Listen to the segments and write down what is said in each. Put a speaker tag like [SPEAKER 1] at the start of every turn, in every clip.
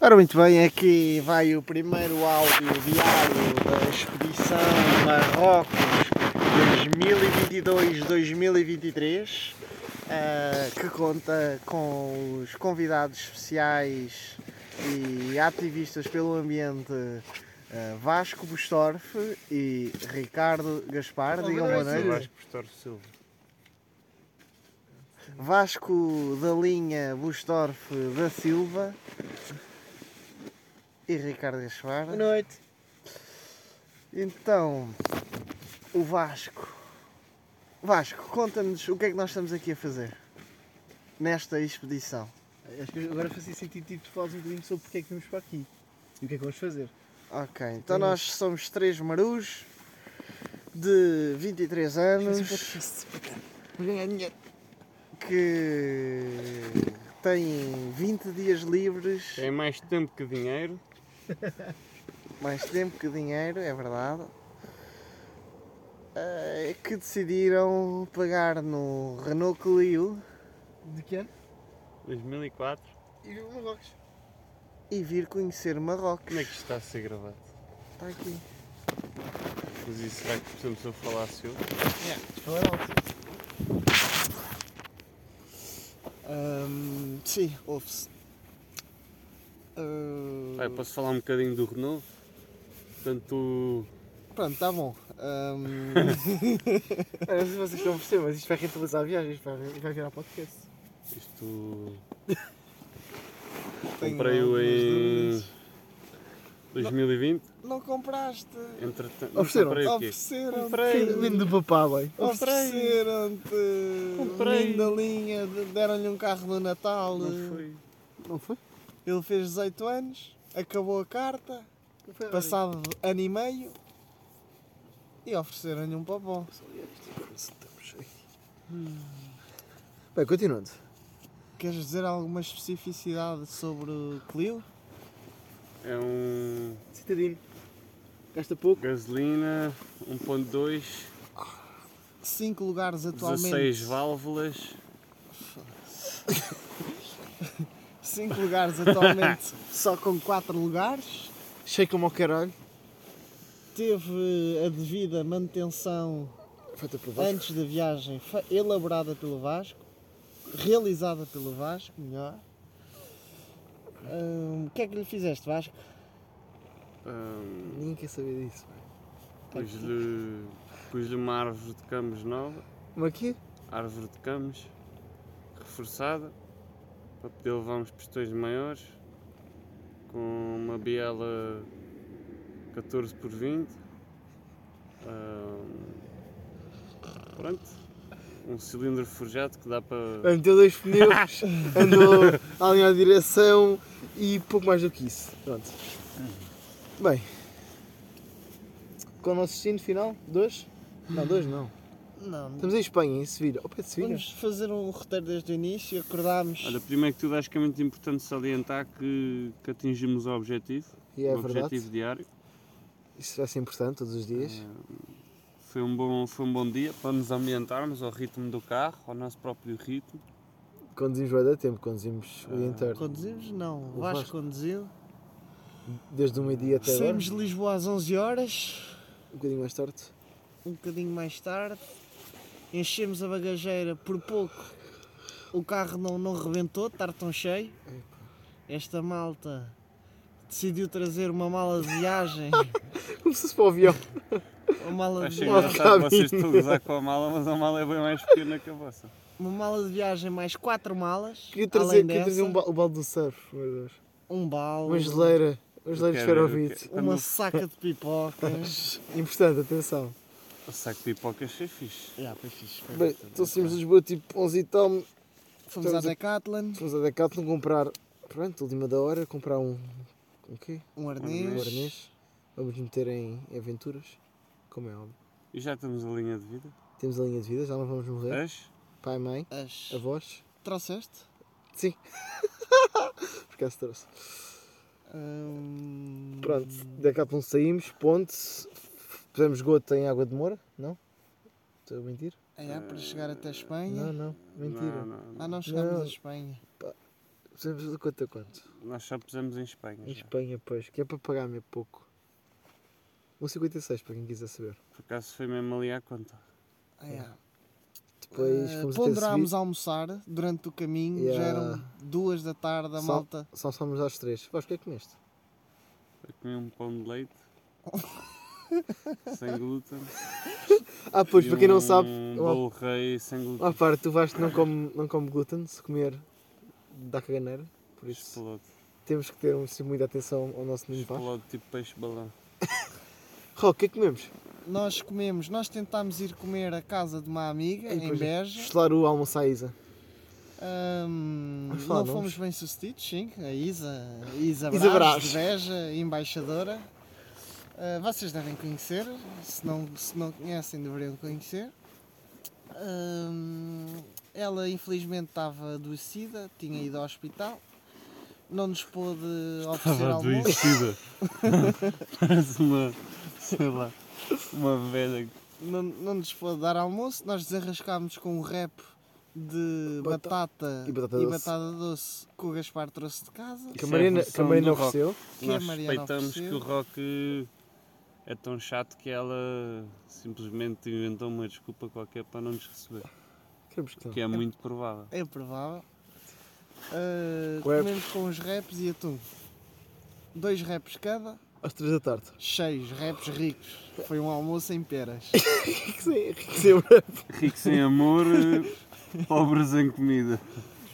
[SPEAKER 1] Ora, muito bem, aqui vai o primeiro áudio diário da expedição Marrocos 2022-2023, eh, que conta com os convidados especiais e ativistas pelo ambiente eh, Vasco Bustorf e Ricardo Gaspar. Digam Então, boa noite. Vasco da linha Bustorf da Silva e Ricardo Gaspar.
[SPEAKER 2] Boa noite.
[SPEAKER 1] Então, o Vasco. Vasco, conta-nos o que é que nós estamos aqui a fazer nesta expedição.
[SPEAKER 2] Acho que agora fazia sentido tipo, tu falares um bocadinho sobre porque é que vimos para aqui e o que é que vamos fazer.
[SPEAKER 1] Ok, então nós somos três marujos de 23
[SPEAKER 2] é
[SPEAKER 1] anos
[SPEAKER 2] Vamos ganhar dinheiro.
[SPEAKER 1] que têm 20 dias livres,
[SPEAKER 2] É.
[SPEAKER 3] Tem É mais tempo que dinheiro.
[SPEAKER 1] mais tempo que dinheiro, é verdade. eh, Que decidiram pagar no Renault Clio
[SPEAKER 2] De que ano?
[SPEAKER 3] 2004.
[SPEAKER 2] E viu Marrocos.
[SPEAKER 1] e vir conhecer Marrocos.
[SPEAKER 3] Como é que isto está a ser gravado?
[SPEAKER 1] Está aqui.
[SPEAKER 3] Mas isso será que precisamos eu falar seu?
[SPEAKER 2] Qual era alto?
[SPEAKER 1] Ahm, sim, ouve-se. Ah,
[SPEAKER 3] Ah, eu posso falar um bocadinho do Renault? Portanto,
[SPEAKER 1] Pronto, está bom. Ahm,
[SPEAKER 2] Ah, não sei se vocês estão a perceber, mas isto vai rentabilizar a viagem, isto vai, vai virar podcast.
[SPEAKER 3] isto.
[SPEAKER 1] tenho
[SPEAKER 3] Comprei-o
[SPEAKER 1] algumas
[SPEAKER 3] em.
[SPEAKER 1] dúvidas.
[SPEAKER 3] 2020.
[SPEAKER 1] Não compraste.
[SPEAKER 3] Entretanto.
[SPEAKER 2] Ofereceram,
[SPEAKER 3] Comprei o quê?
[SPEAKER 2] Que
[SPEAKER 1] Ofereceram-te.
[SPEAKER 2] lindo do papá, bem.
[SPEAKER 1] Ofereceram-te.
[SPEAKER 3] Comprei.
[SPEAKER 1] Linda linha. de- Deram-lhe um carro no Natal.
[SPEAKER 3] Não foi.
[SPEAKER 2] Não foi?
[SPEAKER 1] Ele fez 18 anos. Acabou a carta.
[SPEAKER 2] Não foi
[SPEAKER 1] Passado ano e meio. E ofereceram-lhe um papão.
[SPEAKER 2] Bem, continuando.
[SPEAKER 1] Queres dizer alguma especificidade sobre o Clio?
[SPEAKER 3] É um.
[SPEAKER 2] Citadinho. Gasta pouco.
[SPEAKER 3] Gasolina 1.2,
[SPEAKER 1] 5 lugares atualmente.
[SPEAKER 3] 16 válvulas.
[SPEAKER 1] 5 lugares atualmente, só com 4 lugares.
[SPEAKER 2] Cheio como ao caralho.
[SPEAKER 1] Teve a devida manutenção
[SPEAKER 2] Feito por baixo.
[SPEAKER 1] antes da viagem, fa- elaborada pelo Vasco, realizada pelo Vasco, melhor. Hum, O que é que lhe fizeste, Vasco?
[SPEAKER 3] ahm,
[SPEAKER 2] Ninguém quer saber disso. bem.
[SPEAKER 3] ah,
[SPEAKER 1] Tá
[SPEAKER 3] Pus-lhe pus uma árvore de camas nova.
[SPEAKER 2] Uma aqui?
[SPEAKER 3] árvore de camas reforçada para poder levar uns pistões maiores com uma biela 14 por 20 ahm, pronto um cilindro forjado que dá para
[SPEAKER 2] Meteu dois pneus, andou a alinhar a direção e pouco mais do que isso. Pronto. Bem, qual é o nosso destino final? Dois? Não, dois não.
[SPEAKER 1] Não,
[SPEAKER 2] Estamos em Espanha, em Sevilha. Ao pé de Sevilha.
[SPEAKER 1] vamos fazer um roteiro desde o início, acordámos.
[SPEAKER 3] Olha, primeiro que tudo acho que é muito importante salientar que, que atingimos o objetivo
[SPEAKER 2] E é
[SPEAKER 3] o objetivo Ah.
[SPEAKER 2] verdade.
[SPEAKER 3] diário
[SPEAKER 2] Isso vai ser importante todos os dias.
[SPEAKER 3] foi um bom foi um bom dia para nos ambientarmos ao ritmo do carro ao nosso próprio ritmo
[SPEAKER 2] Conduzimos vai dar tempo, conduzimos
[SPEAKER 3] Ah.
[SPEAKER 2] o dia inteiro.
[SPEAKER 1] Conduzimos? Não, o
[SPEAKER 2] O
[SPEAKER 1] Vasco,
[SPEAKER 2] Vasco.
[SPEAKER 1] conduziu.
[SPEAKER 2] Desde o meio-dia até agora.
[SPEAKER 1] Saímos de Lisboa às 11 horas.
[SPEAKER 2] Um bocadinho mais tarde.
[SPEAKER 1] um bocadinho mais tarde, enchemos a bagageira por pouco, o carro não, não rebentou, de estar tão cheio. Esta malta decidiu trazer uma mala de viagem.
[SPEAKER 2] Como se fosse para o avião.
[SPEAKER 1] Uma mala de
[SPEAKER 3] Achei
[SPEAKER 1] viagem,
[SPEAKER 3] engraçado vocês estão a gozar com a mala, mas a mala é bem mais pequena que a vossa.
[SPEAKER 1] uma mala de viagem mais quatro malas.
[SPEAKER 2] Queria
[SPEAKER 1] além
[SPEAKER 2] trazer, queria trazer
[SPEAKER 1] dessa,
[SPEAKER 2] um ba- o balde do surf, meu Deus.
[SPEAKER 1] um balde,
[SPEAKER 2] Uma geleira. Uma geleira de
[SPEAKER 3] quero ver, eu
[SPEAKER 2] esferovite.
[SPEAKER 3] quero.
[SPEAKER 1] uma saca de pipocas.
[SPEAKER 2] Importante, atenção.
[SPEAKER 3] O saco de pipoca achei fixe.
[SPEAKER 1] Já, foi fixe, foi
[SPEAKER 2] Bem,
[SPEAKER 1] bastante.
[SPEAKER 2] então saímos de Lisboa tipo 11 e tal,
[SPEAKER 1] Fomos à
[SPEAKER 2] estamos a-
[SPEAKER 1] Decathlon,
[SPEAKER 2] fomos à Decathlon comprar, pronto, última da hora, comprar um, um quê?
[SPEAKER 1] um
[SPEAKER 2] Um
[SPEAKER 3] Pois.
[SPEAKER 1] arnês.
[SPEAKER 2] arnês. Vamos meter em em aventuras, como é óbvio.
[SPEAKER 3] E já estamos a linha de vida.
[SPEAKER 2] Temos a linha de vida, já não vamos morrer.
[SPEAKER 3] As?
[SPEAKER 2] Pai, mãe,
[SPEAKER 1] As...
[SPEAKER 2] avós,
[SPEAKER 1] Trouxeste?
[SPEAKER 2] sim. Por acaso trouxe.
[SPEAKER 1] Hum,
[SPEAKER 2] Pronto, Decathlon saímos, ponte, pusemos gota em água de moura, não? Estou a mentir?
[SPEAKER 1] é, ah, para chegar até a Espanha.
[SPEAKER 2] Não, não, mentira.
[SPEAKER 3] Não, não, não.
[SPEAKER 1] Ah, não chegámos
[SPEAKER 2] Não.
[SPEAKER 1] à Espanha.
[SPEAKER 2] Precisamos de quanto a quanto?
[SPEAKER 3] Nós só pusemos em Espanha.
[SPEAKER 2] Em
[SPEAKER 3] já.
[SPEAKER 2] Espanha, pois, que é para pagar me pouco. 1,56 para quem quiser saber.
[SPEAKER 3] Por acaso foi mesmo ali à conta.
[SPEAKER 1] Ah, yeah.
[SPEAKER 2] Depois
[SPEAKER 1] Eh,
[SPEAKER 2] fomos até
[SPEAKER 1] ponderámos
[SPEAKER 2] Sevi-
[SPEAKER 1] almoçar durante o caminho, já
[SPEAKER 2] Yeah.
[SPEAKER 1] eram duas da tarde, a
[SPEAKER 2] Só-
[SPEAKER 1] malta.
[SPEAKER 2] Só somos às três. Vais, o que é que comeste?
[SPEAKER 3] Eu comi um pão de leite. sem glúten.
[SPEAKER 2] Ah, pois,
[SPEAKER 3] e
[SPEAKER 2] para quem não
[SPEAKER 3] um
[SPEAKER 2] sabe,
[SPEAKER 3] Bolo rei sem glúten.
[SPEAKER 2] à parte, tu vais, não come, não come glúten, se comer dá caganeira. Por isso,
[SPEAKER 3] Explode.
[SPEAKER 2] temos que ter um, sim, muita atenção ao nosso menino pá.
[SPEAKER 3] Explode tipo peixe balão.
[SPEAKER 2] Ró, o que é que comemos?
[SPEAKER 1] Nós comemos, nós tentámos ir comer à casa de uma amiga
[SPEAKER 2] Ei,
[SPEAKER 1] em
[SPEAKER 2] pois é.
[SPEAKER 1] Beja.
[SPEAKER 2] Estelar o almoço à Isa.
[SPEAKER 1] Ahm,
[SPEAKER 2] Vamos falar
[SPEAKER 1] não
[SPEAKER 2] nomes?
[SPEAKER 1] fomos bem sucedidos, sim. A Isa, a Isa
[SPEAKER 2] Isa
[SPEAKER 1] Braz,
[SPEAKER 2] Braz.
[SPEAKER 1] de Beja, embaixadora. Ah, vocês devem conhecer, se não, se não conhecem, deveriam conhecer. Ahm, ela infelizmente estava adoecida, tinha ido ao hospital, não nos pôde oferecer
[SPEAKER 3] Estava
[SPEAKER 1] almoço.
[SPEAKER 3] adoecida. Parece uma. sei lá. Uma velha.
[SPEAKER 1] Não, não nos pôde dar almoço, nós desenrascámos com um rap de
[SPEAKER 2] Bata-
[SPEAKER 1] batata
[SPEAKER 2] e batata doce.
[SPEAKER 1] doce que o Gaspar trouxe de casa.
[SPEAKER 3] Isso
[SPEAKER 2] Que
[SPEAKER 3] é
[SPEAKER 2] a
[SPEAKER 3] a
[SPEAKER 2] Marina, que
[SPEAKER 3] versão
[SPEAKER 2] a Marina
[SPEAKER 3] do
[SPEAKER 2] ofereceu.
[SPEAKER 1] Que a
[SPEAKER 3] Nós
[SPEAKER 1] Mariana
[SPEAKER 3] respeitamos que
[SPEAKER 1] ofereceu.
[SPEAKER 3] o rock é tão chato que ela simplesmente inventou uma desculpa qualquer para não nos receber.
[SPEAKER 2] Queremos que não.
[SPEAKER 3] Que é muito provável.
[SPEAKER 1] É provável. Uh,
[SPEAKER 2] Rap.
[SPEAKER 1] comemos com os reps e atum. Dois reps cada,
[SPEAKER 2] Às três da tarde.
[SPEAKER 1] cheios, reps ricos. Foi um almoço em peras.
[SPEAKER 2] Que se- que é sempre.
[SPEAKER 3] Ricos sem amor, eh, pobres em comida.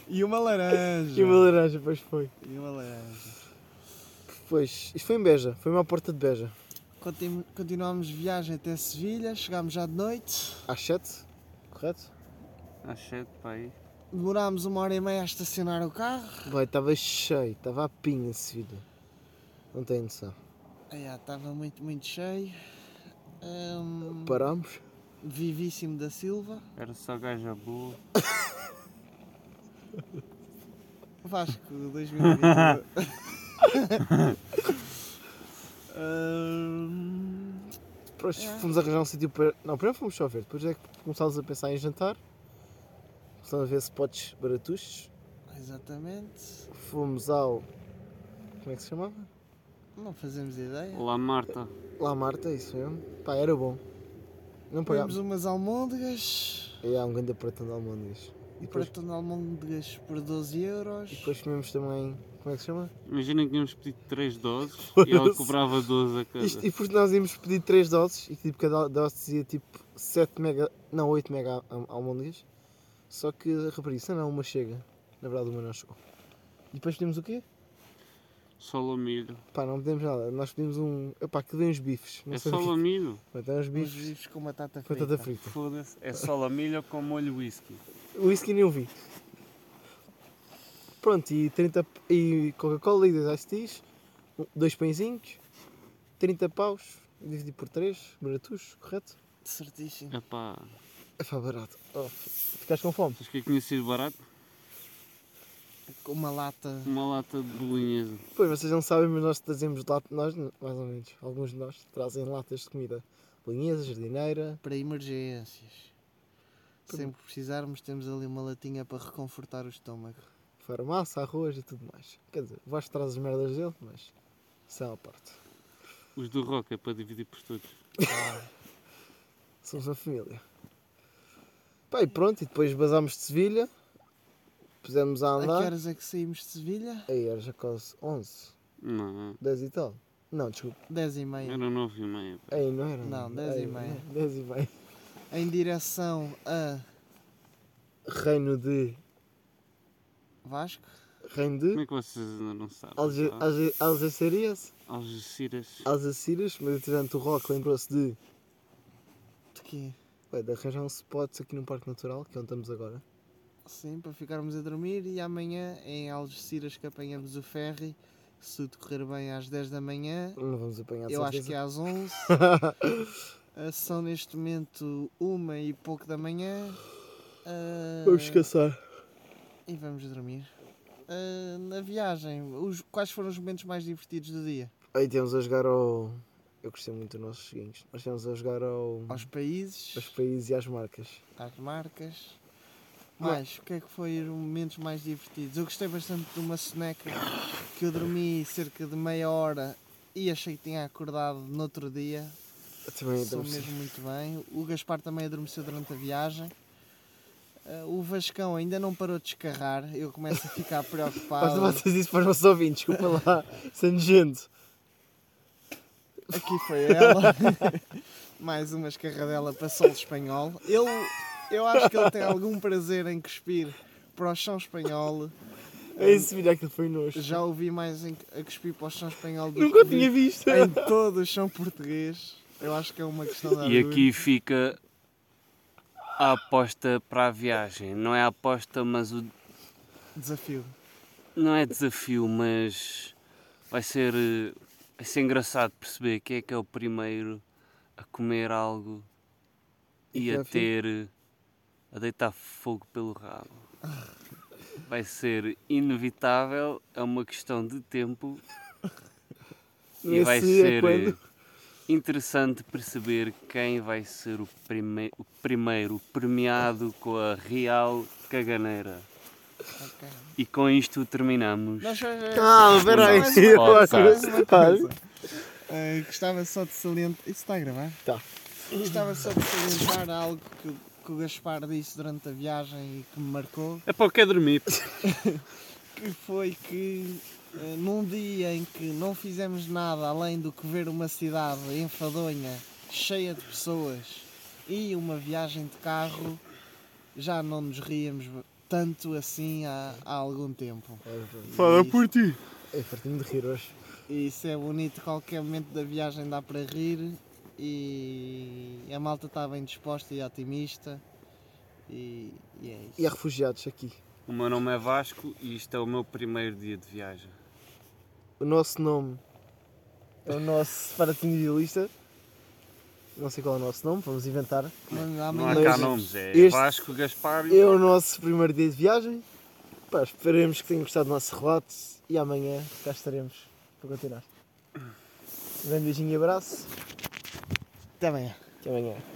[SPEAKER 1] E uma laranja.
[SPEAKER 2] E uma laranja, pois foi.
[SPEAKER 1] E uma laranja.
[SPEAKER 2] Pois, isto foi em Beja, foi uma porta de Beja.
[SPEAKER 1] Continu- Continuámos viagem até Sevilha, chegámos já de noite.
[SPEAKER 2] Às sete, correto?
[SPEAKER 3] Às sete, pá aí.
[SPEAKER 1] Demorámos uma hora e meia a estacionar o carro.
[SPEAKER 2] Bem, estava cheio, estava a pinha esse vídeo. Não tem noção.
[SPEAKER 1] Ai, ah, Estava muito, muito cheio. Um,
[SPEAKER 2] Parámos,
[SPEAKER 1] vivíssimo da Silva.
[SPEAKER 3] Era só gaja boa.
[SPEAKER 1] Vasco 2022. Ahm,
[SPEAKER 2] depois
[SPEAKER 1] É.
[SPEAKER 2] fomos arranjar um sítio para. Não, primeiro fomos só ver, depois é que começámos a pensar em jantar. Começámos a ver spots baratuchos.
[SPEAKER 1] Exatamente.
[SPEAKER 2] Fomos ao. Como é que se chamava?
[SPEAKER 1] Não fazemos ideia.
[SPEAKER 3] Olá, Marta.
[SPEAKER 2] Lá Marta, isso mesmo. Pá, era bom. Não
[SPEAKER 1] Comemos
[SPEAKER 2] pagámos.
[SPEAKER 1] umas almôndegas.
[SPEAKER 2] É, há um grande pratão de almôndegas.
[SPEAKER 1] Para
[SPEAKER 2] E depois,
[SPEAKER 1] tornar almôndegas por 12 euros.
[SPEAKER 2] e depois comemos também. Como é que se chama?
[SPEAKER 3] Imagina que íamos pedir três doses e ela
[SPEAKER 2] Foda-se.
[SPEAKER 3] cobrava 12 a cada.
[SPEAKER 2] Isto, e depois nós íamos pedir 3 doses e tipo, cada dose dizia tipo 7 mega, não 8 mega al- almôndegas. Só que a rapariga, não, uma chega. Na verdade, uma não chegou. E depois pedimos o quê?
[SPEAKER 3] Só lamilho.
[SPEAKER 2] Pá, não pedimos nada. Nós pedimos um. Epá, que deu uns bifes. Não
[SPEAKER 3] É
[SPEAKER 2] sei
[SPEAKER 3] só
[SPEAKER 2] o quê.
[SPEAKER 3] lamilho.
[SPEAKER 2] Pronto, é uns
[SPEAKER 1] Uns
[SPEAKER 2] bifes
[SPEAKER 1] bifes com batata
[SPEAKER 2] com
[SPEAKER 1] frita.
[SPEAKER 2] batata frita.
[SPEAKER 3] Foda-se. É só lamilho com molho whisky.
[SPEAKER 2] O whisky nem vi. Pronto, e 30 p- e Coca-Cola e dois ice teas, um- dois pãezinhos, 30 paus, dividido por 3, baratos, correto?
[SPEAKER 1] Certíssimo.
[SPEAKER 3] Epá,
[SPEAKER 2] É pá, barato. Oh, f- ficaste com fome?
[SPEAKER 3] acho que é conhecido barato.
[SPEAKER 1] Com uma lata.
[SPEAKER 3] Uma lata de bolinhas.
[SPEAKER 2] Pois vocês não sabem, mas nós trazemos latas, nós, mais ou menos, alguns de nós trazem latas de comida. Linhesa, jardineira.
[SPEAKER 1] Para emergências. Sempre precisarmos, temos ali uma latinha para reconfortar o estômago.
[SPEAKER 2] farmácia, arroz e tudo mais. Quer dizer, vais traz as merdas dele, mas isso é uma parte.
[SPEAKER 3] Os do rock é para dividir por todos.
[SPEAKER 2] Somos uma família. Pá, e pronto, e depois basámos de Sevilha, pusemos a
[SPEAKER 1] A que
[SPEAKER 2] andar.
[SPEAKER 1] horas é que saímos de Sevilha?
[SPEAKER 2] Aí era já quase 11,
[SPEAKER 3] Não,
[SPEAKER 2] 10 e tal. Não, desculpa,
[SPEAKER 1] 10 e meia.
[SPEAKER 3] era nove e meia. pá.
[SPEAKER 2] aí não era.
[SPEAKER 1] Não, 10 e
[SPEAKER 2] Aí,
[SPEAKER 1] meia.
[SPEAKER 2] não, 10 e meia.
[SPEAKER 1] Em direção a
[SPEAKER 2] Reino de.
[SPEAKER 1] Vasco.
[SPEAKER 2] Reino
[SPEAKER 3] Como
[SPEAKER 2] de.
[SPEAKER 3] é que vocês ainda não sabem?
[SPEAKER 2] Alge-
[SPEAKER 3] pá?
[SPEAKER 2] Alge- Algeciras?
[SPEAKER 3] Algeciras.
[SPEAKER 2] Algeciras, mas entretanto o Rock lembrou-se de.
[SPEAKER 1] De quê?
[SPEAKER 2] Ué, de arranjar um spot aqui num parque natural, que é onde estamos agora.
[SPEAKER 1] Sim, para ficarmos a dormir e amanhã em Algeciras que apanhamos o ferry. Se tudo correr bem às 10 da manhã,
[SPEAKER 2] Não vamos apanhar de
[SPEAKER 1] eu acho que é
[SPEAKER 2] certeza.
[SPEAKER 1] às 11. Ah, São neste momento uma e pouco da manhã. Ah,
[SPEAKER 2] Vamos descansar.
[SPEAKER 1] e vamos dormir. Ah, na viagem, os- quais foram os momentos mais divertidos do dia?
[SPEAKER 2] Aí temos a jogar ao. Eu gostei muito dos nossos joguinhos. Nós temos a jogar ao.
[SPEAKER 1] Aos países,
[SPEAKER 2] aos países e às marcas.
[SPEAKER 1] às marcas. Mais, o que é que foi os momentos mais divertidos? Eu gostei bastante de uma soneca que eu dormi cerca de meia hora e achei que tinha acordado no outro dia.
[SPEAKER 2] Também,
[SPEAKER 1] Sou
[SPEAKER 2] também-
[SPEAKER 1] mesmo muito bem. O Gaspar também adormeceu durante a viagem. Ah, o Vascão ainda não parou de descarrar. Eu começo a ficar
[SPEAKER 2] Mas
[SPEAKER 1] preocupado.
[SPEAKER 2] vocês isso para os nossos ouvintes, desculpa lá, sendo gente.
[SPEAKER 1] Aqui foi ela. Mais uma escarradela para solo espanhol. Ele, eu acho que ele tem algum prazer em cuspir para o chão espanhol.
[SPEAKER 2] É esse vídeo que foi nojo.
[SPEAKER 1] Já ouvi mais em, a cuspir para o chão espanhol do
[SPEAKER 2] Nunca
[SPEAKER 1] que
[SPEAKER 2] tinha visto.
[SPEAKER 1] em todo o chão português. Eu acho que é uma questão de
[SPEAKER 3] E
[SPEAKER 1] orgulho.
[SPEAKER 3] aqui fica a aposta para a viagem. Não é a aposta, mas o.
[SPEAKER 1] Desafio.
[SPEAKER 3] Não é desafio, mas vai ser. eh, Vai ser engraçado perceber quem é que é o primeiro a comer algo
[SPEAKER 2] E
[SPEAKER 3] e,
[SPEAKER 2] que
[SPEAKER 3] a
[SPEAKER 2] é fim.
[SPEAKER 3] ter. eh, a deitar fogo pelo rabo. Vai ser inevitável, é uma questão de tempo e
[SPEAKER 2] Esse
[SPEAKER 3] vai
[SPEAKER 2] é
[SPEAKER 3] ser
[SPEAKER 2] quando?
[SPEAKER 3] eh, interessante perceber quem vai ser o, prime o primeiro premiado com a Real Caganeira.
[SPEAKER 1] Ok.
[SPEAKER 3] E com isto terminamos.
[SPEAKER 1] Nós já- já-
[SPEAKER 2] Ah, espera aí.
[SPEAKER 1] Mas-
[SPEAKER 2] eu
[SPEAKER 3] Mas-
[SPEAKER 2] acho que-
[SPEAKER 1] Ah, gostava só de salientar. Isso está a gravar?
[SPEAKER 2] Tá.
[SPEAKER 1] Gostava só de salientar algo que, o- que o Gaspar disse durante a viagem e que me marcou,
[SPEAKER 3] É para o que é dormir.
[SPEAKER 1] que foi que ah, num dia em que não fizemos nada além do que ver uma cidade enfadonha, cheia de pessoas e uma viagem de carro, já não nos ríamos tanto assim há, há algum tempo.
[SPEAKER 3] Fala
[SPEAKER 1] E
[SPEAKER 3] por ti.
[SPEAKER 2] É, parti-me de rir hoje.
[SPEAKER 1] E isso é bonito, qualquer momento da viagem dá para rir e a malta está bem disposta e otimista e, e é isso.
[SPEAKER 2] E há refugiados aqui.
[SPEAKER 3] O meu nome é Vasco e isto é o meu primeiro dia de viagem.
[SPEAKER 2] O nosso nome é o nosso Paraty Individualista. Não sei qual é o nosso nome, vamos inventar.
[SPEAKER 1] Ah, Mas
[SPEAKER 3] Não
[SPEAKER 1] amanhã-
[SPEAKER 3] há cá nomes, é
[SPEAKER 2] Este-
[SPEAKER 3] Vasco, Gaspar e.
[SPEAKER 2] É o nosso primeiro dia de viagem. Pá, esperemos que tenham gostado do nosso relato e amanhã cá estaremos para continuar. Um grande beijinho e abraço.
[SPEAKER 1] Até amanhã.
[SPEAKER 2] Até amanhã.